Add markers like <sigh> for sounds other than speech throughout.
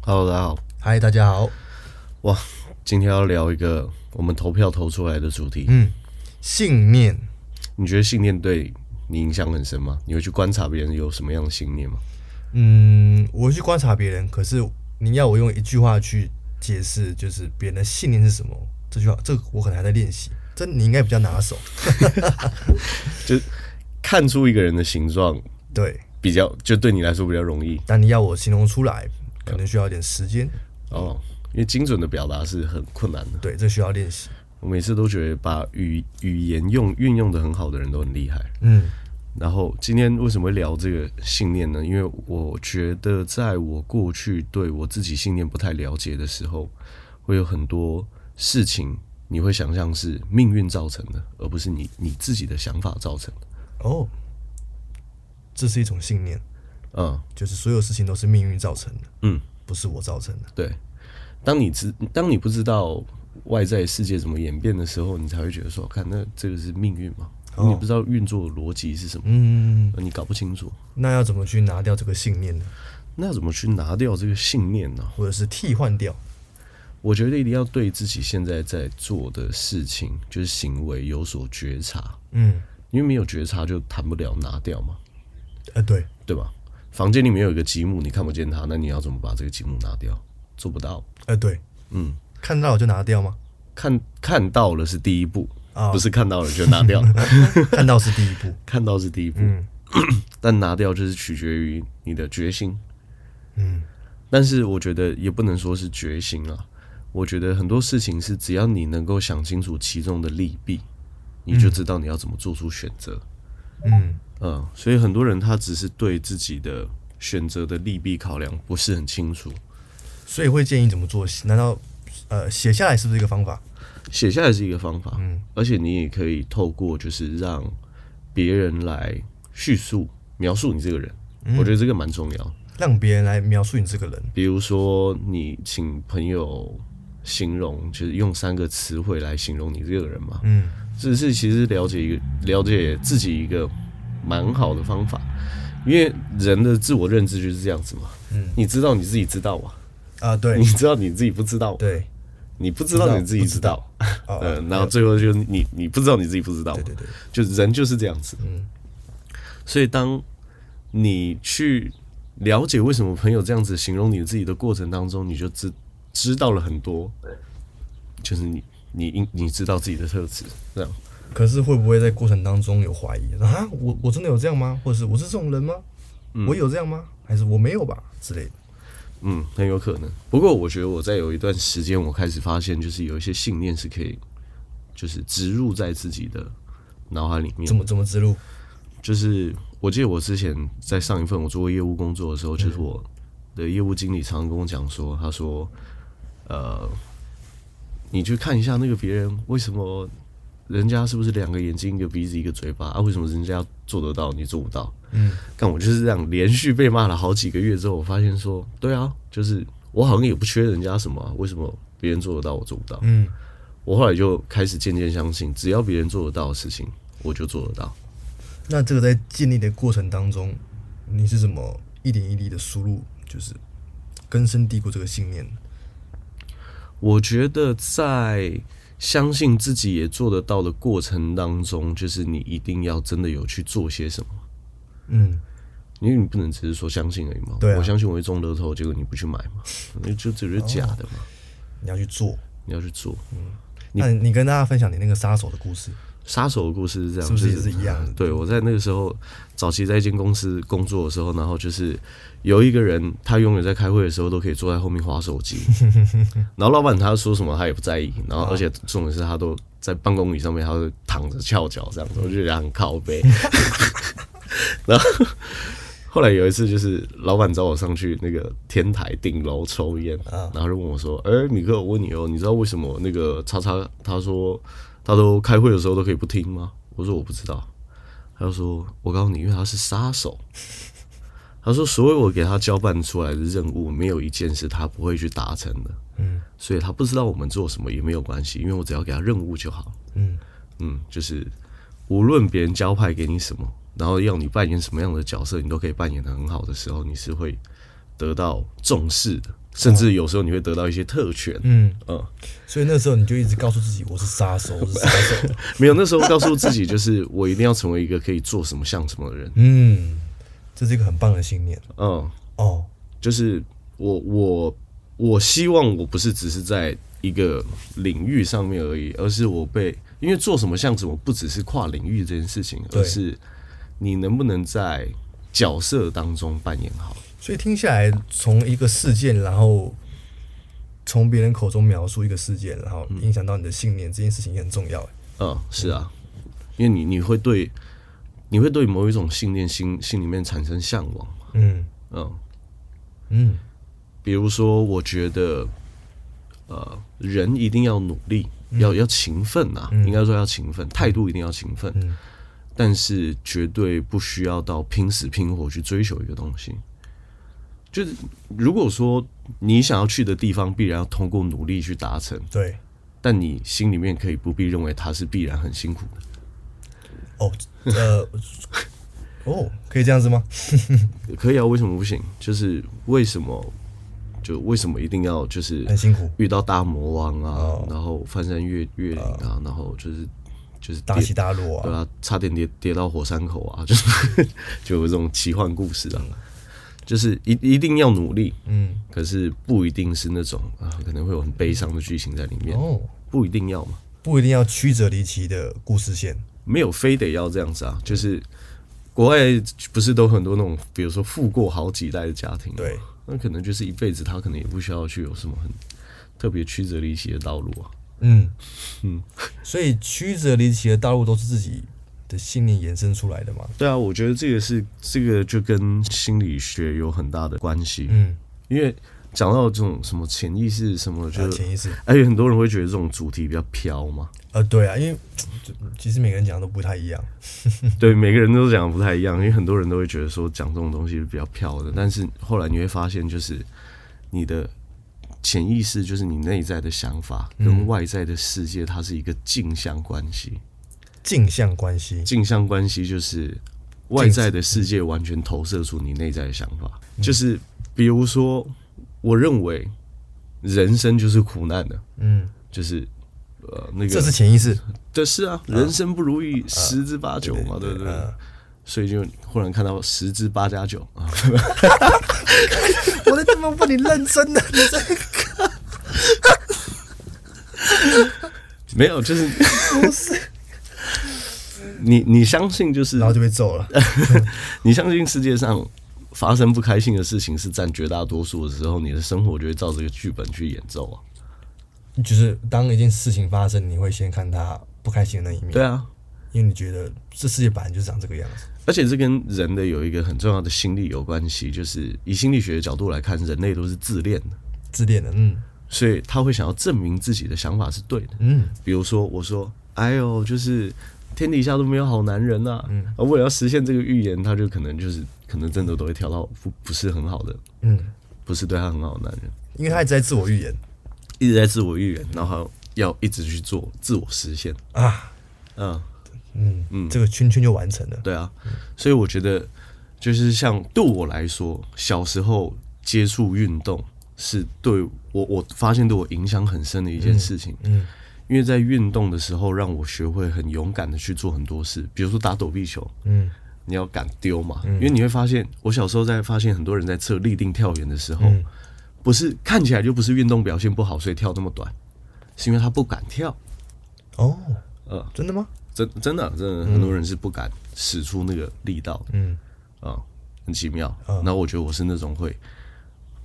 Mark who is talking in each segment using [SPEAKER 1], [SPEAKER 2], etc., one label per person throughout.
[SPEAKER 1] Hello，大家好，
[SPEAKER 2] 嗨，大家好。
[SPEAKER 1] 哇，今天要聊一个我们投票投出来的主题。
[SPEAKER 2] 嗯，信念，
[SPEAKER 1] 你觉得信念对你影响很深吗？你会去观察别人有什么样的信念吗？
[SPEAKER 2] 嗯，我会去观察别人，可是你要我用一句话去解释，就是别人的信念是什么？这句话，这个我可能还在练习。这你应该比较拿手。 <laughs>
[SPEAKER 1] 就是看出一个人的形状，
[SPEAKER 2] 对，
[SPEAKER 1] 比较就对你来说比较容易
[SPEAKER 2] 但你要我形容出来，可能需要一点时间。
[SPEAKER 1] 哦，因为精准的表达是很困难的。
[SPEAKER 2] 对，这需要练习。
[SPEAKER 1] 我每次都觉得把语语言用运用的很好的人都很厉害。
[SPEAKER 2] 嗯
[SPEAKER 1] 然后今天为什么会聊这个信念呢？因为我觉得在我过去对我自己信念不太了解的时候，会有很多事情你会想象是命运造成的，而不是你你自己的想法造成的。
[SPEAKER 2] 哦，这是一种信念，
[SPEAKER 1] 嗯
[SPEAKER 2] 就是所有事情都是命运造成的，
[SPEAKER 1] 嗯，
[SPEAKER 2] 不是我造成的。
[SPEAKER 1] 对。当你知当你不知道外在世界怎么演变的时候，你才会觉得说，看那这个是命运嘛？
[SPEAKER 2] 哦
[SPEAKER 1] 你不知道运作的逻辑是什么，
[SPEAKER 2] 嗯，
[SPEAKER 1] 你搞不清楚。
[SPEAKER 2] 那要怎么去拿掉这个信念呢？
[SPEAKER 1] 那怎么去拿掉这个信念呢？
[SPEAKER 2] 或者是替换掉？
[SPEAKER 1] 我觉得一定要对自己现在在做的事情，就是行为有所觉察，
[SPEAKER 2] 嗯，
[SPEAKER 1] 因为没有觉察就谈不了拿掉嘛，
[SPEAKER 2] 呃，对，
[SPEAKER 1] 对吧？房间里面有一个积木，你看不见它，那你要怎么把这个积木拿掉？做不到。
[SPEAKER 2] 呃，对，
[SPEAKER 1] 嗯，
[SPEAKER 2] 看到我就拿掉吗？
[SPEAKER 1] 看看到了是第一步，
[SPEAKER 2] 哦
[SPEAKER 1] 不是看到了就拿掉， <laughs>
[SPEAKER 2] 看到是第一步。
[SPEAKER 1] 看到是第一步， <clears throat> 但拿掉就是取决于你的决心。
[SPEAKER 2] 嗯，
[SPEAKER 1] 但是我觉得也不能说是决心啊，我觉得很多事情是只要你能够想清楚其中的利弊，你就知道你要怎么做出选择。
[SPEAKER 2] 嗯
[SPEAKER 1] 嗯，所以很多人他只是对自己的选择的利弊考量不是很清楚。，
[SPEAKER 2] 所以会建议怎么做？难道呃写下来是不是一个方法？
[SPEAKER 1] 写下来是一个方法，嗯，而且你也可以透过就是让别人来叙述描述你这个人，我觉得这个蛮重要。
[SPEAKER 2] 让别人来描述你这个人，
[SPEAKER 1] 比如说，你请朋友形容，就是用三个词汇来形容你这个人嘛，
[SPEAKER 2] 嗯，
[SPEAKER 1] 这是其实了解一个了解自己一个蛮好的方法，因为人的自我认知就是这样子嘛，嗯，你知道你自己知道嘛，
[SPEAKER 2] 啊，
[SPEAKER 1] <laughs>
[SPEAKER 2] 对
[SPEAKER 1] 你知道你自己不知道，
[SPEAKER 2] 对啊
[SPEAKER 1] 你不知道你自己知道，
[SPEAKER 2] 道
[SPEAKER 1] 呃，然后最后就是你你不知道你自己不知道，
[SPEAKER 2] 对对对，
[SPEAKER 1] 就人就是这样子，嗯，所以当你去了解为什么朋友这样子形容你自己的过程当中，你就知知道了很多，就是你你应你知道自己的特质，这样，
[SPEAKER 2] 可是会不会在过程当中有怀疑啊？我我真的有这样吗？或者是我是这种人吗？我有这样吗？还是我没有吧之类的？
[SPEAKER 1] 嗯，很有可能。不过我觉得我在有一段时间，我开始发现，就是有一些信念是可以，就是植入在自己的脑海里面
[SPEAKER 2] 怎。么怎么之路？
[SPEAKER 1] 就是我记得我之前在上一份我做过业务工作的时候，就是我的业务经理常常跟我讲说，他说，呃，你去看一下那个别人为什么人家是不是两个眼睛、一个鼻子、一个嘴巴啊？为什么人家做得到，你做不到？嗯，但我就是这样连续被骂了好几个月之后，我发现说，对啊，就是我好像也不缺人家什么啊、为什么别人做得到我做不到？
[SPEAKER 2] 嗯，
[SPEAKER 1] 我后来就开始渐渐相信，只要别人做得到的事情，我就做得到。
[SPEAKER 2] 那这个在建立的过程当中，你是怎么一点一滴的输入，就是根深蒂固这个信念？
[SPEAKER 1] 我觉得在相信自己也做得到的过程当中，就是你一定要真的有去做些什么，
[SPEAKER 2] 嗯，
[SPEAKER 1] 因为你不能只是说相信而已嘛。
[SPEAKER 2] 对
[SPEAKER 1] <laughs>
[SPEAKER 2] 啊哦
[SPEAKER 1] 我相信我会中乐透，结果你不去买嘛，那就只是假的嘛。
[SPEAKER 2] 你要去做，
[SPEAKER 1] 你要去做。
[SPEAKER 2] 那你跟大家分享你那个杀手的故事，
[SPEAKER 1] 杀手的故事是这样，
[SPEAKER 2] 是不是
[SPEAKER 1] 就
[SPEAKER 2] 也是一样的
[SPEAKER 1] 对，我在那个时候早期在一间公司工作的时候，然后就是有一个人，他永远在开会的时候都可以坐在后面划手机，然后老板他说什么他也不在意，然后而且重点是他都在办公椅上面，他都躺着翘脚这样子，我就觉得很靠背。然后后来有一次，就是老板找我上去那个天台顶楼抽烟，然后就问我说：“哎、米克，我问你哦，你知道为什么那个叉叉他说他都开会的时候都可以不听吗？”我说：“我不知道。”他就说：“我告诉你，因为他是杀手。” <laughs> 他说：“所有我给他交办出来的任务，没有一件是他不会去达成的。嗯，所以他不知道我们做什么也没有关系，因为我只要给他任务就好。
[SPEAKER 2] 嗯
[SPEAKER 1] 嗯，就是无论别人交派给你什么，然后要你扮演什么样的角色，你都可以扮演的很好的时候，你是会得到重视的，甚至有时候你会得到一些特权。
[SPEAKER 2] 嗯，
[SPEAKER 1] 嗯，
[SPEAKER 2] 所以那时候你就一直告诉自己我是杀手，我是杀
[SPEAKER 1] <laughs>
[SPEAKER 2] 手，
[SPEAKER 1] 没有，那时候告诉自己，就是我一定要成为一个可以做什么像什么的人。
[SPEAKER 2] 嗯，这是一个很棒的信念
[SPEAKER 1] 嗯，
[SPEAKER 2] 哦，
[SPEAKER 1] 就是我我我希望我不是只是在一个领域上面而已，而是我被因为做什么像什么，不只是跨领域这件事情，
[SPEAKER 2] 对
[SPEAKER 1] 而是你能不能在角色当中扮演好。
[SPEAKER 2] 所以听下来，从一个事件，然后从别人口中描述一个事件，然后影响到你的信念，这件事情也很重要。哎
[SPEAKER 1] 嗯，是啊，因为你你会对你会对某一种信念心心里面产生向往。
[SPEAKER 2] 嗯
[SPEAKER 1] 嗯，
[SPEAKER 2] 嗯
[SPEAKER 1] 比如说，我觉得呃，人一定要努力，要要勤奋啊，应该说要勤奋，态度一定要勤奋，
[SPEAKER 2] 嗯
[SPEAKER 1] 但是绝对不需要到拼死拼活去追求一个东西。就是如果说你想要去的地方，必然要通过努力去达成，
[SPEAKER 2] 对，
[SPEAKER 1] 但你心里面可以不必认为它是必然很辛苦的。
[SPEAKER 2] 哦，呃，哦，可以这样子吗？
[SPEAKER 1] 可以啊，为什么不行？就是为什么，就为什么一定要就是
[SPEAKER 2] 很辛苦，
[SPEAKER 1] 遇到大魔王啊，
[SPEAKER 2] 哦
[SPEAKER 1] 然后翻山越越岭啊，然后就是就是
[SPEAKER 2] 大起
[SPEAKER 1] 跌
[SPEAKER 2] 大落
[SPEAKER 1] 对
[SPEAKER 2] 啊，
[SPEAKER 1] 啊，差点跌跌到火山口啊， <laughs> 就是就有这种奇幻故事啊，就是一一定要努力，
[SPEAKER 2] 嗯，
[SPEAKER 1] 可是不一定是那种啊，可能会有很悲伤的剧情在里面，
[SPEAKER 2] 哦，
[SPEAKER 1] 不一定要嘛。
[SPEAKER 2] 不一定要曲折离奇的故事线，
[SPEAKER 1] 没有非得要这样子
[SPEAKER 2] 嗯
[SPEAKER 1] 啊，就是国外不是都很多那种，比如说富过好几代的家庭吗，
[SPEAKER 2] 对
[SPEAKER 1] 那可能就是一辈子他可能也不需要去有什么很特别曲折离奇的道路啊，
[SPEAKER 2] 嗯
[SPEAKER 1] 嗯，
[SPEAKER 2] 所以曲折离奇的道路都是自己的信念延伸出来的嘛，
[SPEAKER 1] 对啊，我觉得这个是这个就跟心理学有很大的关系，
[SPEAKER 2] 嗯，
[SPEAKER 1] 因为讲到这种什么潜意识什么，
[SPEAKER 2] 啊
[SPEAKER 1] 就
[SPEAKER 2] 潜
[SPEAKER 1] 是
[SPEAKER 2] 意识，
[SPEAKER 1] 而且很多人会觉得这种主题比较飘嘛，
[SPEAKER 2] 呃，对啊，因为就其实每个人讲的都不太一样，嗯
[SPEAKER 1] 对，每个人都讲得不太一样，因为很多人都会觉得说讲这种东西是比较飘的，但是后来你会发现，就是你的潜意识，就是你内在的想法
[SPEAKER 2] 嗯
[SPEAKER 1] 跟外在的世界，它是一个镜像关系。
[SPEAKER 2] 镜像关系，
[SPEAKER 1] 镜像关系就是外在的世界完全投射出你内在的想法，
[SPEAKER 2] 嗯
[SPEAKER 1] 就是比如说，我认为人生就是苦难的，
[SPEAKER 2] 嗯，
[SPEAKER 1] 就是呃那个
[SPEAKER 2] 这是潜意识，
[SPEAKER 1] 对，是啊，人生不如意十之八九嘛，对不对？
[SPEAKER 2] 嗯
[SPEAKER 1] 所以就忽然看到十之八加九啊，
[SPEAKER 2] <laughs> 我在他妈问你认真啊的，你在
[SPEAKER 1] 没有，就是 <laughs> 你你相信就是
[SPEAKER 2] <laughs> 然后就被揍了。
[SPEAKER 1] <laughs> 你相信世界上发生不开心的事情是占绝大多数的时候，你的生活就会照这个剧本去演奏啊。
[SPEAKER 2] 就是当一件事情发生，你会先看他不开心的那一面，
[SPEAKER 1] 对啊，
[SPEAKER 2] 因为你觉得这世界本来就是长这个样子。
[SPEAKER 1] 而且这跟人的有一个很重要的心理有关系，就是以心理学的角度来看，人类都是自恋的，
[SPEAKER 2] 自恋的，嗯
[SPEAKER 1] 所以他会想要证明自己的想法是对的。
[SPEAKER 2] 嗯，
[SPEAKER 1] 比如说我说，哎呦，就是天底下都没有好男人呐、啊，而为了要实现这个预言，他就可能就是可能真的都会挑到不不是很好的，
[SPEAKER 2] 嗯，
[SPEAKER 1] 不是对他很好的男人，
[SPEAKER 2] 因为他一直在自我预言
[SPEAKER 1] 一直在自我预言，然后要一直去做自我实现，
[SPEAKER 2] 啊，
[SPEAKER 1] 嗯，
[SPEAKER 2] 嗯嗯，这个圈圈就完成了。
[SPEAKER 1] 对啊，所以我觉得就是像对我来说，小时候接触运动是对我我发现对我影响很深的一件事情，
[SPEAKER 2] 嗯
[SPEAKER 1] 因为在运动的时候让我学会很勇敢的去做很多事，比如说打躲避球，
[SPEAKER 2] 嗯
[SPEAKER 1] 你要敢丢嘛，因为你会发现，我小时候在发现很多人在测
[SPEAKER 2] 嗯
[SPEAKER 1] 立定跳远的时候，不是看起来就不是运动表现不好，所以跳那么短，是因为他不敢跳。
[SPEAKER 2] 哦，
[SPEAKER 1] 呃，
[SPEAKER 2] 真的吗？
[SPEAKER 1] 真真的真的，很多人是不敢使出那个力道的。
[SPEAKER 2] 嗯，
[SPEAKER 1] 啊、很奇妙。
[SPEAKER 2] 嗯
[SPEAKER 1] 然后我觉得我是那种会，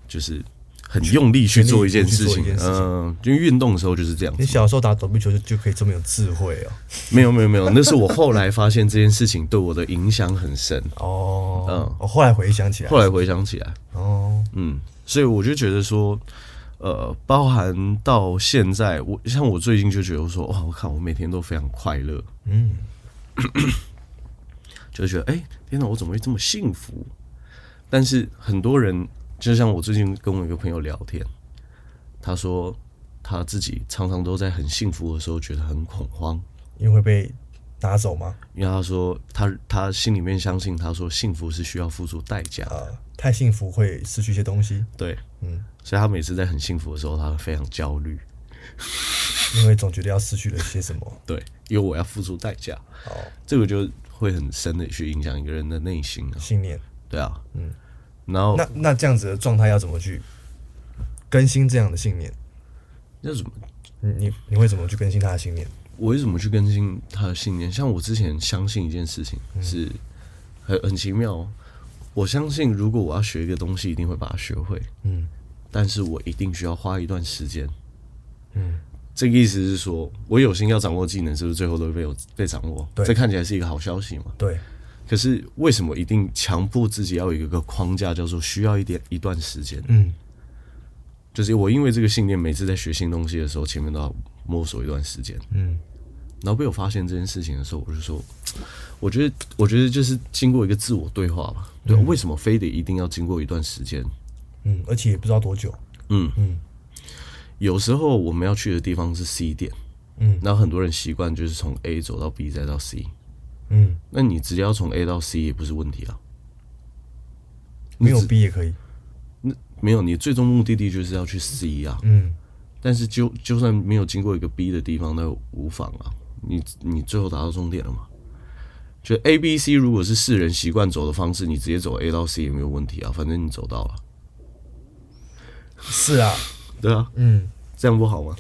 [SPEAKER 1] 就是很用力去做一件事情
[SPEAKER 2] 全力去做一件
[SPEAKER 1] 的，
[SPEAKER 2] 事情
[SPEAKER 1] 嗯，因为运动的时候就是这样
[SPEAKER 2] 你 <laughs>
[SPEAKER 1] 子。
[SPEAKER 2] 小时候打躲避球就就可以这么有智慧哦。
[SPEAKER 1] 没有没有没有，那是我后来发现这件事情对我的影响很深。
[SPEAKER 2] 哦，
[SPEAKER 1] 嗯
[SPEAKER 2] 我后来回想起来，
[SPEAKER 1] 后来回想起来，
[SPEAKER 2] 哦，
[SPEAKER 1] 嗯，所以我就觉得说，呃，包含到现在，我像我最近就觉得说，哇，我看我每天都非常快乐，
[SPEAKER 2] 嗯，
[SPEAKER 1] <coughs> 就觉得哎、天哪，我怎么会这么幸福？但是很多人，就像我最近跟我一个朋友聊天，他说他自己常常都在很幸福的时候觉得很恐慌，
[SPEAKER 2] 因为会被拿走吗？
[SPEAKER 1] 因为他说他他心里面相信，他说幸福是需要付出代价的，
[SPEAKER 2] 啊，太幸福会失去一些东西，
[SPEAKER 1] 对，
[SPEAKER 2] 嗯，
[SPEAKER 1] 所以他每次在很幸福的时候，他非常焦虑，
[SPEAKER 2] 因为总觉得要失去了些什么。
[SPEAKER 1] 对，因为我要付出代价，
[SPEAKER 2] 哦，
[SPEAKER 1] 这个就会很深的去影响一个人的内心啊，
[SPEAKER 2] 信念。
[SPEAKER 1] 对啊，
[SPEAKER 2] 嗯，
[SPEAKER 1] 然后
[SPEAKER 2] 那那这样子的状态要怎么去更新这样的信念？
[SPEAKER 1] 那怎么
[SPEAKER 2] 你你你会怎么去更新他的信念？
[SPEAKER 1] 我为什么去更新他的信念？像我之前相信一件事情
[SPEAKER 2] 嗯
[SPEAKER 1] 是很很奇妙、哦，我相信如果我要学一个东西，一定会把它学会，
[SPEAKER 2] 嗯
[SPEAKER 1] 但是我一定需要花一段时间。
[SPEAKER 2] 嗯，
[SPEAKER 1] 这个意思是说，我有心要掌握技能，是不是最后都会被我被掌握？
[SPEAKER 2] 对
[SPEAKER 1] 这看起来是一个好消息嘛？
[SPEAKER 2] 对，
[SPEAKER 1] 可是为什么一定强迫自己要有一个框架，叫做需要一点一段时间？
[SPEAKER 2] 嗯
[SPEAKER 1] 就是我因为这个信念，每次在学新东西的时候，前面都要摸索一段时间。
[SPEAKER 2] 嗯
[SPEAKER 1] 然后被我发现这件事情的时候，我就说，我觉得，我觉得就是经过一个自我对话吧。对，为什么非得一定要经过一段时间？
[SPEAKER 2] 嗯，而且也不知道多久。
[SPEAKER 1] 嗯
[SPEAKER 2] 嗯
[SPEAKER 1] 有时候我们要去的地方是 C 点，
[SPEAKER 2] 嗯
[SPEAKER 1] 然后很多人习惯就是从 A 走到 B 再到 C，
[SPEAKER 2] 嗯，
[SPEAKER 1] 那你直接要从 A 到 C 也不是问题啊。
[SPEAKER 2] 没有 B 也可以。
[SPEAKER 1] 那没有，你最终目的地就是要去 C 啊。
[SPEAKER 2] 嗯
[SPEAKER 1] 但是就就算没有经过一个 B 的地方，那无妨啊。你你最后达到终点了嘛？就 A、B、C 如果是世人习惯走的方式，你直接走 A 到 C 也没有问题啊，反正你走到了。
[SPEAKER 2] 是啊，
[SPEAKER 1] 对啊，
[SPEAKER 2] 嗯
[SPEAKER 1] 这样不好吗？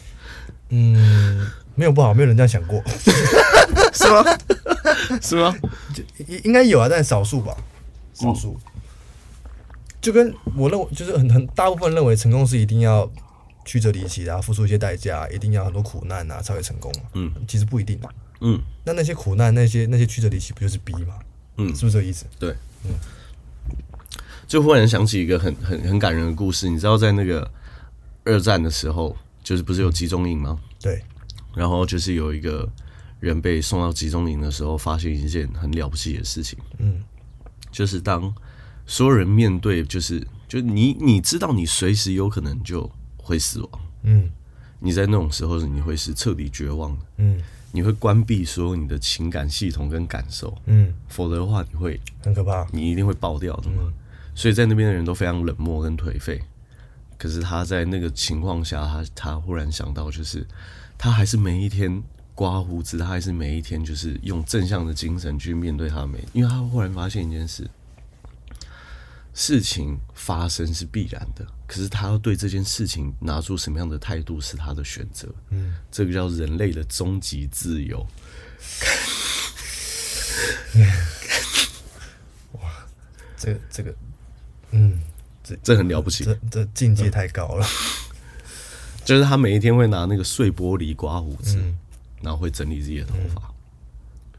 [SPEAKER 2] 嗯，没有不好，没有人这样想过，
[SPEAKER 1] 是 <laughs> 吗？是吗？
[SPEAKER 2] 应应该有啊，但少数吧，
[SPEAKER 1] 嗯
[SPEAKER 2] 少数。就跟我认为，就是很很大部分认为成功是一定要曲折离奇的、啊，付出一些代价啊、一定要很多苦难啊才会成功嘛。
[SPEAKER 1] 嗯，
[SPEAKER 2] 其实不一定啊。
[SPEAKER 1] 嗯，
[SPEAKER 2] 那那些苦难、那些那些曲折离奇，不就是 B 吗？
[SPEAKER 1] 嗯
[SPEAKER 2] 是不是这个意思？
[SPEAKER 1] 对。就忽然想起一个很很很感人的故事，你知道在那个二战的时候，就是不是有集中营吗？
[SPEAKER 2] 对，
[SPEAKER 1] 然后就是有一个人被送到集中营的时候，发现一件很了不起的事情，
[SPEAKER 2] 嗯，
[SPEAKER 1] 就是当所有人面对，就是就你你知道你随时有可能就会死亡，
[SPEAKER 2] 嗯
[SPEAKER 1] 你在那种时候你会是彻底绝望的，
[SPEAKER 2] 嗯
[SPEAKER 1] 你会关闭所有你的情感系统跟感受，
[SPEAKER 2] 嗯，
[SPEAKER 1] 否则的话你会
[SPEAKER 2] 很可怕。啊
[SPEAKER 1] 你一定会爆掉的嘛。所以在那边的人都非常冷漠跟颓废。可是他在那个情况下，他他忽然想到，就是他还是每一天刮胡子，他还是每一天就是用正向的精神去面对他每，因为他忽然发现一件事，事情发生是必然的，可是他要对这件事情拿出什么样的态度是他的选择。嗯，这个叫人类的终极自由。
[SPEAKER 2] 这个这个，嗯，
[SPEAKER 1] 这很了不起
[SPEAKER 2] 这，这境
[SPEAKER 1] 嗯
[SPEAKER 2] 界太高了。
[SPEAKER 1] 就是他每一天会拿那个碎玻璃刮胡子，
[SPEAKER 2] 嗯
[SPEAKER 1] 然后会整理自己的头发，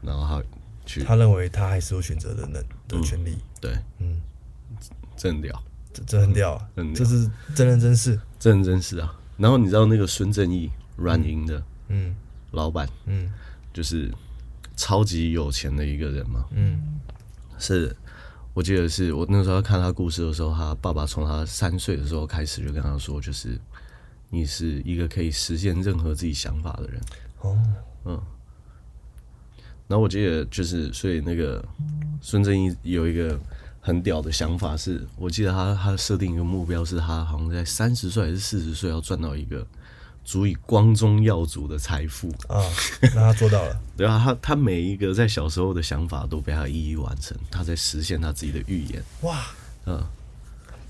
[SPEAKER 1] 然后他去
[SPEAKER 2] 他认为他还是有选择的能的权利，
[SPEAKER 1] 对，嗯，这很屌，
[SPEAKER 2] 这这很屌啊，
[SPEAKER 1] 嗯很
[SPEAKER 2] 这
[SPEAKER 1] 屌
[SPEAKER 2] 是真人真事。
[SPEAKER 1] 这很真实啊。然后你知道那个孙正义软银的
[SPEAKER 2] 嗯
[SPEAKER 1] 老板，
[SPEAKER 2] 嗯
[SPEAKER 1] 就是超级有钱的一个人嘛，
[SPEAKER 2] 嗯
[SPEAKER 1] 是我记得是我那时候看他故事的时候，他爸爸从他三岁的时候开始就跟他说，就是你是一个可以实现任何自己想法的人。
[SPEAKER 2] 哦，
[SPEAKER 1] 然后我记得就是，所以那个孙正义有一个很屌的想法是，我记得他他设定一个目标是，他好像在三十岁还是四十岁要赚到一个足以光宗耀祖的财富。
[SPEAKER 2] 啊，那他做到了，
[SPEAKER 1] 对啊，他他每一个在小时候的想法都被他一一完成，他在实现他自己的预言。
[SPEAKER 2] 哇，
[SPEAKER 1] 嗯，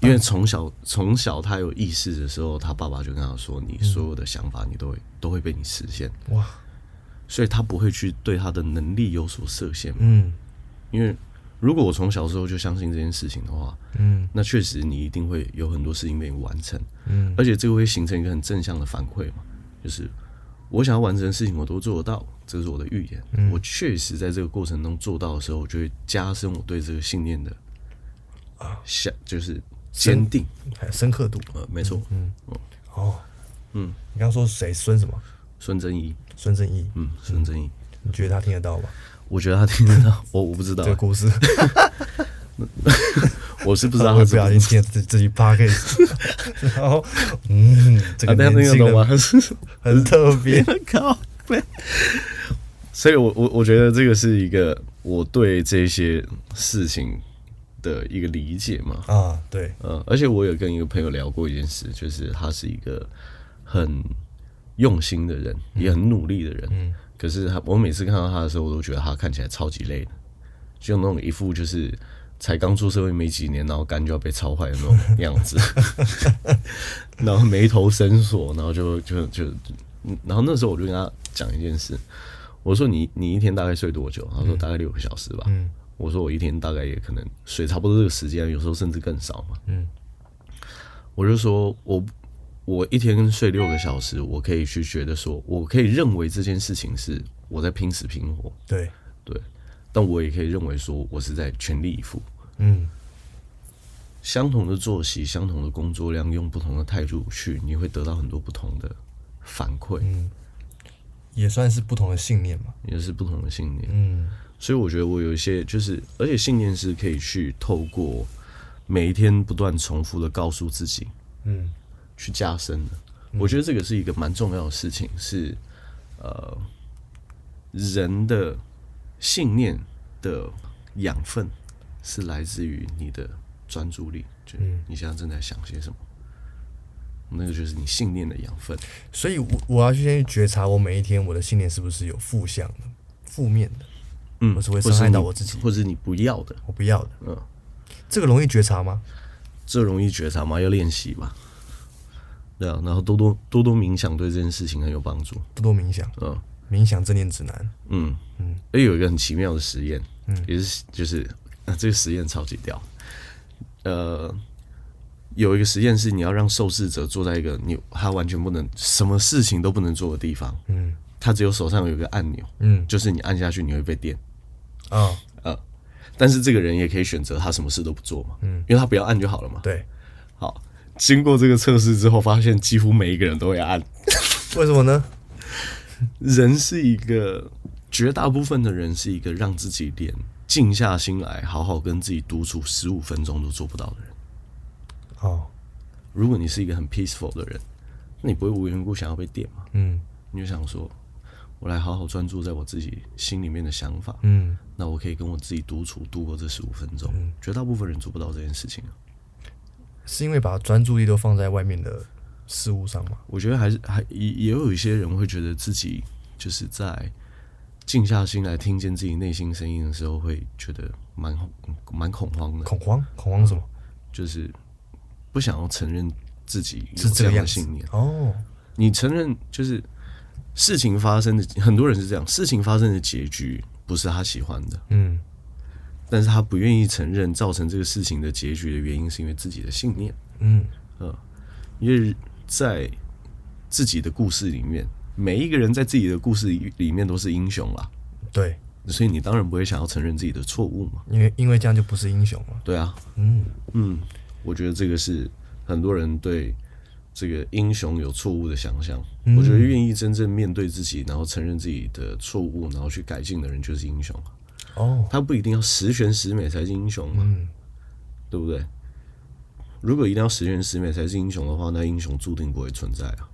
[SPEAKER 1] 因为从小从小他有意识的时候，他爸爸就跟他说：“你所有的想法，你都会都会被你实现。
[SPEAKER 2] 哇，”
[SPEAKER 1] 所以他不会去对他的能力有所设限嘛。
[SPEAKER 2] 嗯
[SPEAKER 1] 因为如果我从小时候就相信这件事情的话，
[SPEAKER 2] 嗯
[SPEAKER 1] 那确实你一定会有很多事情被你完成，
[SPEAKER 2] 嗯，
[SPEAKER 1] 而且这个会形成一个很正向的反馈嘛，就是我想要完成的事情我都做得到，这是我的预言，
[SPEAKER 2] 嗯
[SPEAKER 1] 我确实在这个过程中做到的时候，我就会加深我对这个信念的想，就是坚定。
[SPEAKER 2] 还有啊深刻度
[SPEAKER 1] 呃，没错，
[SPEAKER 2] 哦。嗯，你刚刚说谁孙什么？
[SPEAKER 1] 孙正义，
[SPEAKER 2] 孙正义，
[SPEAKER 1] 嗯，哦孙正义，
[SPEAKER 2] 你觉得他听得到吗？
[SPEAKER 1] 我觉得他听得到，我我不知道
[SPEAKER 2] 这，个故事，
[SPEAKER 1] 我 <laughs> 是不知道他
[SPEAKER 2] 我也
[SPEAKER 1] 知
[SPEAKER 2] 不
[SPEAKER 1] 不
[SPEAKER 2] 小
[SPEAKER 1] 知
[SPEAKER 2] 心听了自己自己 p o d 然后嗯，这
[SPEAKER 1] 道，啊，大
[SPEAKER 2] 个
[SPEAKER 1] 家
[SPEAKER 2] 年
[SPEAKER 1] 听得
[SPEAKER 2] 轻
[SPEAKER 1] 懂吗
[SPEAKER 2] 人？很特别， <laughs>
[SPEAKER 1] <laughs> 靠背。所以我，我我觉得这个是一个我对这些事情的一个理解嘛。
[SPEAKER 2] 啊，对，
[SPEAKER 1] 呃，而且我有跟一个朋友聊过一件事，就是他是一个很用心的人，也很努力的人。嗯。可是他，我每次看到他的时候，我都觉得他看起来超级累的，就那种一副就是才刚出社会没几年，然后肝就要被操坏的那种样子， <laughs> 然后眉头深锁，然后就就就，嗯然后那时候我就跟他讲一件事，我说你你一天大概睡多久？他说大概六个小时吧。
[SPEAKER 2] 嗯
[SPEAKER 1] 我说我一天大概也可能睡差不多这个时间，有时候甚至更少嘛。
[SPEAKER 2] 嗯，
[SPEAKER 1] 我就说我我一天睡六个小时，我可以去觉得说，我可以认为这件事情是我在拼死拼活，
[SPEAKER 2] 对，
[SPEAKER 1] 对，但我也可以认为说我是在全力以赴。
[SPEAKER 2] 嗯
[SPEAKER 1] 相同的作息、相同的工作量，用不同的态度去，你会得到很多不同的反馈，
[SPEAKER 2] 嗯，也算是不同的信念嘛，
[SPEAKER 1] 也是不同的信念。
[SPEAKER 2] 嗯
[SPEAKER 1] 所以我觉得我有一些就是，而且信念是可以去透过每一天不断重复的告诉自己，
[SPEAKER 2] 嗯
[SPEAKER 1] 去加深的。我觉得这个是一个蛮重要的事情，是呃人的信念的养分是来自于你的专注力，就
[SPEAKER 2] 嗯
[SPEAKER 1] 你现在正在想些什么，那个就是你信念的养分。
[SPEAKER 2] 所以我，我要去先去觉察我每一天我的信念是不是有负向的、负面的，
[SPEAKER 1] 嗯
[SPEAKER 2] 我是会
[SPEAKER 1] 或
[SPEAKER 2] 伤害
[SPEAKER 1] 你
[SPEAKER 2] 到我自己
[SPEAKER 1] 或者是你不要的，
[SPEAKER 2] 我不要的。
[SPEAKER 1] 嗯，
[SPEAKER 2] 这个容易觉察吗？
[SPEAKER 1] 这容易觉察吗？要练习吧。对啊，然后多多多多冥想对这件事情很有帮助。
[SPEAKER 2] 多多冥想，
[SPEAKER 1] 嗯
[SPEAKER 2] 冥想正念指南。
[SPEAKER 1] 嗯嗯，而且有一个很奇妙的实验，
[SPEAKER 2] 嗯
[SPEAKER 1] 也是就是、啊、这个实验超级屌。呃，有一个实验是你要让受试者坐在一个你他完全不能什么事情都不能做的地方，
[SPEAKER 2] 嗯
[SPEAKER 1] 他只有手上有一个按钮，
[SPEAKER 2] 嗯
[SPEAKER 1] 就是你按下去你会被电。
[SPEAKER 2] 啊、
[SPEAKER 1] 呃，但是这个人也可以选择他什么事都不做嘛，嗯，因为他不要按就好了嘛。
[SPEAKER 2] 对，
[SPEAKER 1] 好，经过这个测试之后，发现几乎每一个人都会按。
[SPEAKER 2] 为什么呢？
[SPEAKER 1] 人是一个，绝大部分的人是一个让自己连静下心来，好好跟自己独处十五分钟都做不到的人。
[SPEAKER 2] 哦，
[SPEAKER 1] 如果你是一个很 peaceful 的人，那你不会无缘无故想要被电嘛？
[SPEAKER 2] 嗯
[SPEAKER 1] 你就想说，我来好好专注在我自己心里面的想法，
[SPEAKER 2] 嗯，
[SPEAKER 1] 那我可以跟我自己独处度过这十五分钟。绝大部分人做不到这件事情啊。
[SPEAKER 2] 是因为把专注力都放在外面的事物上吗？
[SPEAKER 1] 我觉得还是还也也有一些人会觉得自己就是在静下心来听见自己内心声音的时候，会觉得蛮蛮恐慌的，
[SPEAKER 2] 恐慌，恐慌什么？
[SPEAKER 1] 就是不想要承认自己有
[SPEAKER 2] 是这个
[SPEAKER 1] 样
[SPEAKER 2] 样
[SPEAKER 1] 的
[SPEAKER 2] 子
[SPEAKER 1] 信念。
[SPEAKER 2] 哦，
[SPEAKER 1] 你承认就是事情发生的，很多人是这样，事情发生的结局不是他喜欢的，
[SPEAKER 2] 嗯
[SPEAKER 1] 但是他不愿意承认造成这个事情的结局的原因，是因为自己的信念。呃
[SPEAKER 2] 嗯
[SPEAKER 1] 因为在自己的故事里面，每一个人在自己的故事里里面都是英雄啦，
[SPEAKER 2] 对，
[SPEAKER 1] 所以你当然不会想要承认自己的错误嘛。
[SPEAKER 2] 因为因为这样就不是英雄了。
[SPEAKER 1] 对啊，
[SPEAKER 2] 嗯
[SPEAKER 1] 嗯，我觉得这个是很多人对这个英雄有错误的想象。我觉得愿意真正面对自己，然后承认自己的错误，然后去改进的人就是英雄啊。
[SPEAKER 2] 哦，
[SPEAKER 1] 他不一定要十全十美才是英雄嘛，
[SPEAKER 2] 嗯
[SPEAKER 1] 对不对？如果一定要十全十美才是英雄的话，那英雄注定不会存在啊。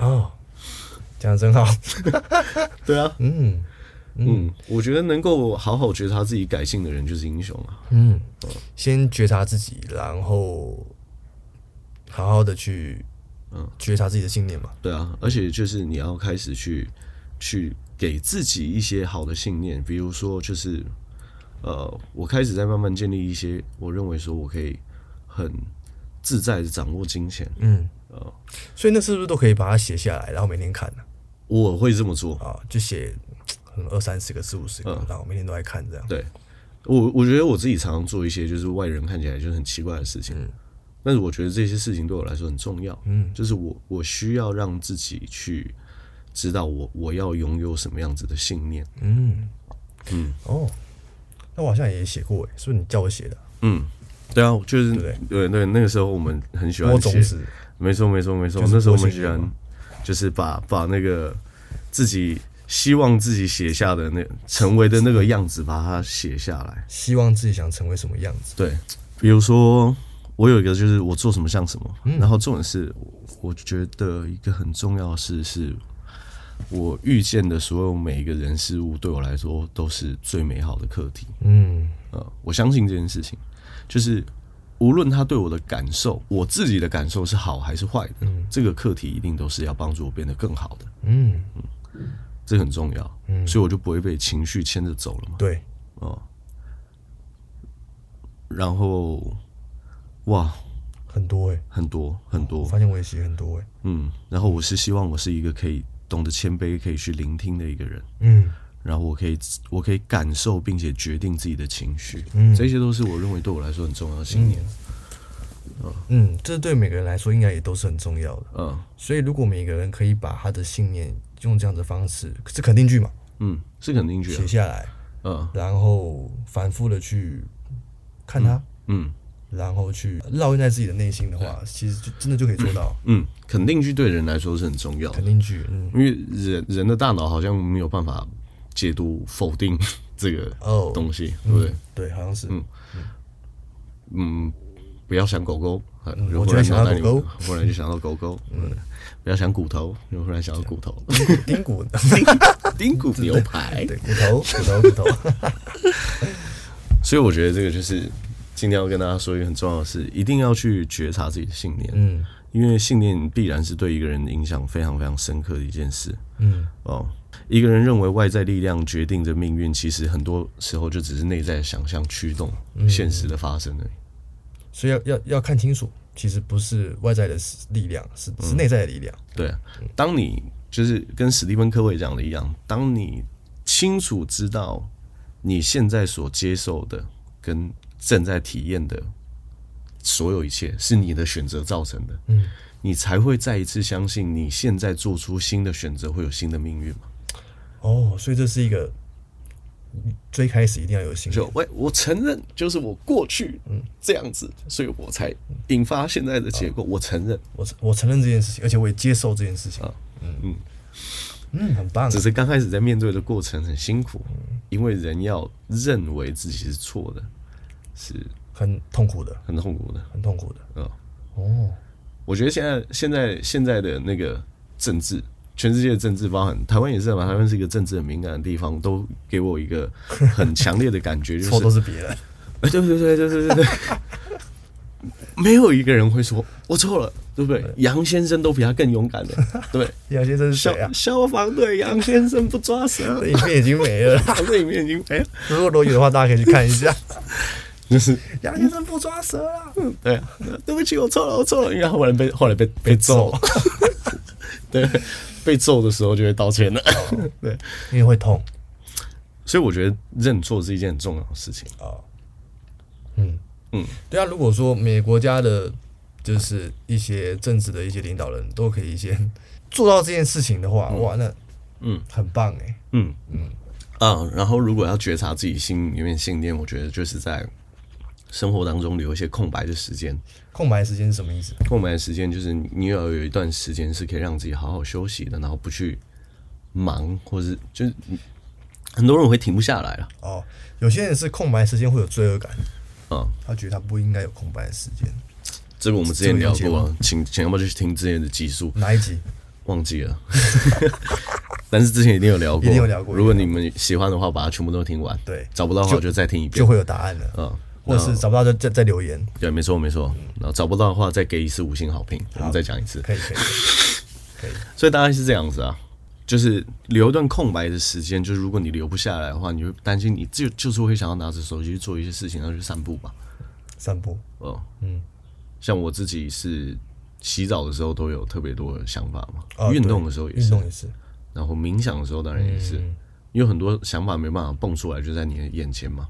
[SPEAKER 2] 哦，讲的真好。 <laughs>
[SPEAKER 1] 对啊，
[SPEAKER 2] 嗯
[SPEAKER 1] 嗯，我觉得能够好好觉察自己改性的人就是英雄啊。
[SPEAKER 2] 嗯，先觉察自己，然后好好的去
[SPEAKER 1] 嗯
[SPEAKER 2] 觉察自己的信念嘛。
[SPEAKER 1] 对啊，而且就是你要开始去去给自己一些好的信念，比如说就是呃，我开始在慢慢建立一些我认为说我可以很自在的掌握金钱。
[SPEAKER 2] 嗯，
[SPEAKER 1] 呃，
[SPEAKER 2] 所以那是不是都可以把它写下来，然后每天看呢、
[SPEAKER 1] 我会这么做。
[SPEAKER 2] 啊？就写可能二三十个、四五十个，
[SPEAKER 1] 嗯
[SPEAKER 2] 然后每天都在看这样。
[SPEAKER 1] 对，我我觉得我自己常常做一些就是外人看起来就是很奇怪的事情，但是我觉得这些事情对我来说很重要。嗯，就是我我需要让自己去知道我我要拥有什么样子的信念。
[SPEAKER 2] 哦，那我好像也写过欸诶，是不是你叫我写的？
[SPEAKER 1] 嗯，对啊，就是
[SPEAKER 2] 对
[SPEAKER 1] 对对，那个时候我们很喜欢
[SPEAKER 2] 摸种
[SPEAKER 1] 啊写
[SPEAKER 2] 子，
[SPEAKER 1] 没错，没错，没错。
[SPEAKER 2] 就是
[SPEAKER 1] 那时候我
[SPEAKER 2] 多
[SPEAKER 1] 们
[SPEAKER 2] 写
[SPEAKER 1] 喜
[SPEAKER 2] 一点
[SPEAKER 1] 欢
[SPEAKER 2] 嘛，
[SPEAKER 1] 就是把把那个自己希望自己写下的那成为的那个样子，把它写下来。
[SPEAKER 2] 希望自己想成为什么样子？
[SPEAKER 1] 对，比如说我有一个就是我做什么像什么，
[SPEAKER 2] 嗯
[SPEAKER 1] 然后重点是，我我觉得一个很重要的事是，我遇见的所有每一个人事物对我来说都是最美好的课题。
[SPEAKER 2] 嗯，
[SPEAKER 1] 呃，我相信这件事情，就是无论他对我的感受，我自己的感受是好还是坏的，这个课题一定都是要帮助我变得更好的，
[SPEAKER 2] 嗯，
[SPEAKER 1] 这很重要。所以我就不会被情绪牵着走了嘛。
[SPEAKER 2] 对，
[SPEAKER 1] 然后，哇，
[SPEAKER 2] 很多诶，
[SPEAKER 1] 很多很
[SPEAKER 2] 我
[SPEAKER 1] 多，
[SPEAKER 2] 发现我也写很多诶。欸
[SPEAKER 1] 嗯。然后我是希望我是一个可以懂得谦卑、可以去聆听的一个人。
[SPEAKER 2] 嗯
[SPEAKER 1] 然后我可以，我可以感受并且决定自己的情绪，
[SPEAKER 2] 嗯
[SPEAKER 1] 这些都是我认为对我来说很重要的信念。
[SPEAKER 2] 嗯，这对每个人来说应该也都是很重要的。
[SPEAKER 1] 嗯
[SPEAKER 2] 所以如果每个人可以把他的信念用这样的方式，是肯定句嘛，
[SPEAKER 1] 嗯，是肯定句、啊
[SPEAKER 2] 写。下来，
[SPEAKER 1] 嗯
[SPEAKER 2] 然后反复的去看它，
[SPEAKER 1] 嗯。啊
[SPEAKER 2] 然后去烙印在自己的内心的话，其实就真的就可以做到。
[SPEAKER 1] 嗯，肯定句对人来说是很重要的
[SPEAKER 2] 肯，定句，嗯，
[SPEAKER 1] 因为人人的大脑好像没有办法解读否定 <laughs> 这个
[SPEAKER 2] 哦
[SPEAKER 1] 东西，对不对？
[SPEAKER 2] 对，好像是，
[SPEAKER 1] 嗯嗯，不要想狗狗，呃
[SPEAKER 2] 我
[SPEAKER 1] 忽
[SPEAKER 2] 觉得
[SPEAKER 1] 然
[SPEAKER 2] 想
[SPEAKER 1] 想
[SPEAKER 2] 到
[SPEAKER 1] 到你
[SPEAKER 2] 狗狗，
[SPEAKER 1] 忽然就想到狗狗，嗯，不要想骨头，又忽然想到骨头，
[SPEAKER 2] <laughs>
[SPEAKER 1] <laughs>
[SPEAKER 2] 丁骨， <laughs>
[SPEAKER 1] 丁骨牛排，
[SPEAKER 2] 对，骨头，骨头，骨头，
[SPEAKER 1] 所以我觉得这个就是今天要跟大家说一个很重要的事，一定要去觉察自己的信念，
[SPEAKER 2] 嗯
[SPEAKER 1] 因为信念必然是对一个人影响非常非常深刻的一件事。
[SPEAKER 2] 嗯，
[SPEAKER 1] 哦，一个人认为外在力量决定着命运，其实很多时候就只是内在的想象驱动
[SPEAKER 2] 嗯
[SPEAKER 1] 现实的发生而已。
[SPEAKER 2] 所以要要要看清楚，其实不是外在的力量，是是内在的力量。
[SPEAKER 1] 对啊，当你就是跟史蒂芬·科维讲的一样，当你清楚知道你现在所接受的跟正在体验的所有一切是你的选择造成的，嗯，你才会再一次相信你现在做出新的选择会有新的命运嘛。
[SPEAKER 2] 哦，所以这是一个最开始一定要有信念
[SPEAKER 1] 就，喂，我承认，就是我过去这样子，所以我才引发现在的结果。我承认，
[SPEAKER 2] 我承我承认这件事情，而且我也接受这件事情。嗯嗯嗯，很棒啊
[SPEAKER 1] 只。是刚开始在面对的过程很辛苦，因为人要认为自己是错的，是
[SPEAKER 2] 很痛苦的，
[SPEAKER 1] 很痛苦的。
[SPEAKER 2] 很痛苦的。
[SPEAKER 1] 嗯，
[SPEAKER 2] 哦，
[SPEAKER 1] 我觉得现在现在现在的那个政治，全世界的政治，包含台湾也是啊嘛，台湾是一个政治很敏感的地方，都给我一个很强烈的感觉，就
[SPEAKER 2] <laughs> 错都
[SPEAKER 1] 是，
[SPEAKER 2] 是别人。
[SPEAKER 1] 哎，对对对对对对对。没有一个人会说“我错了”，对不对？杨先生都比他更勇敢的，对不对，
[SPEAKER 2] 杨先生是
[SPEAKER 1] 消
[SPEAKER 2] 谁啊？
[SPEAKER 1] 消防队杨先生不抓蛇
[SPEAKER 2] 这，影片已经没了。
[SPEAKER 1] <laughs> 这里面已经没 <laughs> 了，
[SPEAKER 2] 如果都有的话，大家可以去看一下。
[SPEAKER 1] 就是
[SPEAKER 2] 杨先生不抓蛇啊！
[SPEAKER 1] 对，对不起，我错了，我错了。因为他后来被后来被被揍， <laughs> 对，被揍的时候就会道歉的， <laughs> 对。
[SPEAKER 2] 因为会痛
[SPEAKER 1] 哦所以我觉得认错是一件很重要的事情。
[SPEAKER 2] 哦。嗯嗯，对啊。如果说每个国家的，就是一些政治的一些领导人都可以先 <laughs> 做到这件事情的话，哇，那
[SPEAKER 1] 嗯
[SPEAKER 2] 很棒哎。
[SPEAKER 1] 嗯嗯啊，然后如果要觉察自己心里面的信念，我觉得就是在生活当中留一些空白的时间。
[SPEAKER 2] 空白时间是什么意思？
[SPEAKER 1] 空白的时间就是你你要有一段时间是可以让自己好好休息的，然后不去忙，或是就是很多人会停不下来了。
[SPEAKER 2] 哦，有些人是空白时间会有罪恶感，
[SPEAKER 1] 啊、
[SPEAKER 2] 他觉得他不应该有空白的时间。
[SPEAKER 1] 这个我们之前聊过了，请请要不要去听之前的集数？
[SPEAKER 2] 哪一
[SPEAKER 1] <laughs>
[SPEAKER 2] 集？
[SPEAKER 1] 忘记了，但是之前一定有聊过，
[SPEAKER 2] 一定有聊过
[SPEAKER 1] 如果你们喜欢的话，把它全部都听完。
[SPEAKER 2] 对
[SPEAKER 1] 找不到的话就再听一遍
[SPEAKER 2] 就。会有答案了，
[SPEAKER 1] 嗯，
[SPEAKER 2] 或者是找不到就再再留言，
[SPEAKER 1] 对，没错没错。
[SPEAKER 2] 嗯
[SPEAKER 1] 然后找不到的话，再给一次五星好评，我们再讲一次。
[SPEAKER 2] 可以可以，可以可以，
[SPEAKER 1] 所以大概是这样子啊，就是留一段空白的时间，就是如果你留不下来的话，你会担 <laughs> 心你就就是会想要拿着手机去做一些事情，然后去散步嘛。
[SPEAKER 2] 散步，
[SPEAKER 1] 哦，
[SPEAKER 2] 嗯，
[SPEAKER 1] 像我自己是洗澡的时候都有特别多的想法
[SPEAKER 2] 啊
[SPEAKER 1] 嘛，
[SPEAKER 2] 对
[SPEAKER 1] 运、动的时候也
[SPEAKER 2] 运
[SPEAKER 1] 是，
[SPEAKER 2] 动也是，
[SPEAKER 1] 然后冥想的时候当然也是，因为很多想法没办法蹦出来，就在你的眼前嘛，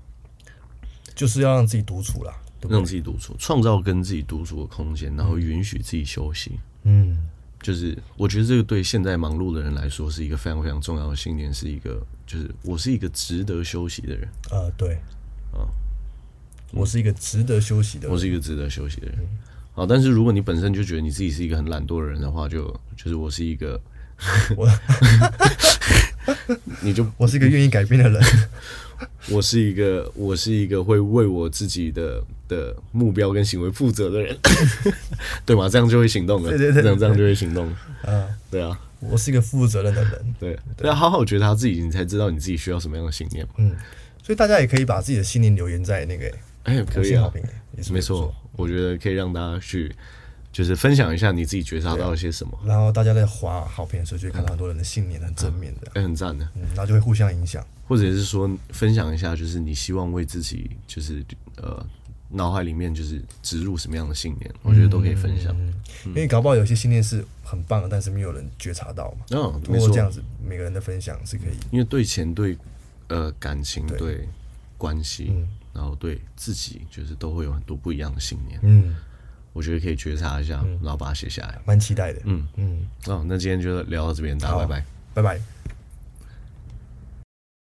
[SPEAKER 2] 就是要让自己独处啦，对不
[SPEAKER 1] 让
[SPEAKER 2] 对？
[SPEAKER 1] 自己独处，创造跟自己独处的空间，然后允许自己休息。
[SPEAKER 2] 嗯，
[SPEAKER 1] 就是我觉得这个对现在忙碌的人来说是一个非常非常重要的信念，是一个就是我是一个值得休息的人，
[SPEAKER 2] 呃，对，
[SPEAKER 1] 啊
[SPEAKER 2] 我是一个值得休息的
[SPEAKER 1] 我
[SPEAKER 2] 人，
[SPEAKER 1] 是一个值得休息的人。好，但是如果你本身就觉得你自己是一个很懒惰的人的话，就就是我是一个，
[SPEAKER 2] 我
[SPEAKER 1] 你就
[SPEAKER 2] 我是一个愿意改变
[SPEAKER 1] <laughs>
[SPEAKER 2] 的人，
[SPEAKER 1] 我是一个我是一个会为我自己的的目标跟行为负责的人， <laughs> 对吗？这样就会行动了，
[SPEAKER 2] 对对对
[SPEAKER 1] 这样这样就会行动了，
[SPEAKER 2] 啊，
[SPEAKER 1] 对啊，
[SPEAKER 2] 我是一个负责任的人，
[SPEAKER 1] 对，要好好觉察自己，你才知道你自己需要什么样的信念嘛。
[SPEAKER 2] 嗯，所以大家也可以把自己的心灵留言在那个
[SPEAKER 1] 哎、可
[SPEAKER 2] 五
[SPEAKER 1] 以
[SPEAKER 2] 星好
[SPEAKER 1] 啊
[SPEAKER 2] 评，，也是
[SPEAKER 1] 没
[SPEAKER 2] 不错
[SPEAKER 1] 错。，我觉得可以让大家去就是分享一下你自己觉察到了些什么，
[SPEAKER 2] 然后大家在划好评的时候，就会看到很多人的信念很正面的，
[SPEAKER 1] 哎、很赞的。
[SPEAKER 2] 嗯，然后就会互相影响。
[SPEAKER 1] 或者是说分享一下，就是你希望为自己就是呃脑海里面就是植入什么样的信念，我觉得都可以分享。
[SPEAKER 2] 因为搞不好有些信念是很棒的，但是没有人觉察到嘛。
[SPEAKER 1] 嗯，
[SPEAKER 2] 通
[SPEAKER 1] 没
[SPEAKER 2] 过
[SPEAKER 1] 错
[SPEAKER 2] 这，样子，每个人的分享是可以，
[SPEAKER 1] 因为对钱、对呃感情、
[SPEAKER 2] 对
[SPEAKER 1] 对关系，
[SPEAKER 2] 嗯
[SPEAKER 1] 然后对自己，就是都会有很多不一样的信念。
[SPEAKER 2] 嗯，
[SPEAKER 1] 我觉得可以觉察一下，然后把它写下来。
[SPEAKER 2] 蛮期待的。
[SPEAKER 1] 嗯
[SPEAKER 2] 嗯，
[SPEAKER 1] 哦，那今天就聊到这边，大家
[SPEAKER 2] 好
[SPEAKER 1] 拜拜。
[SPEAKER 2] 拜拜。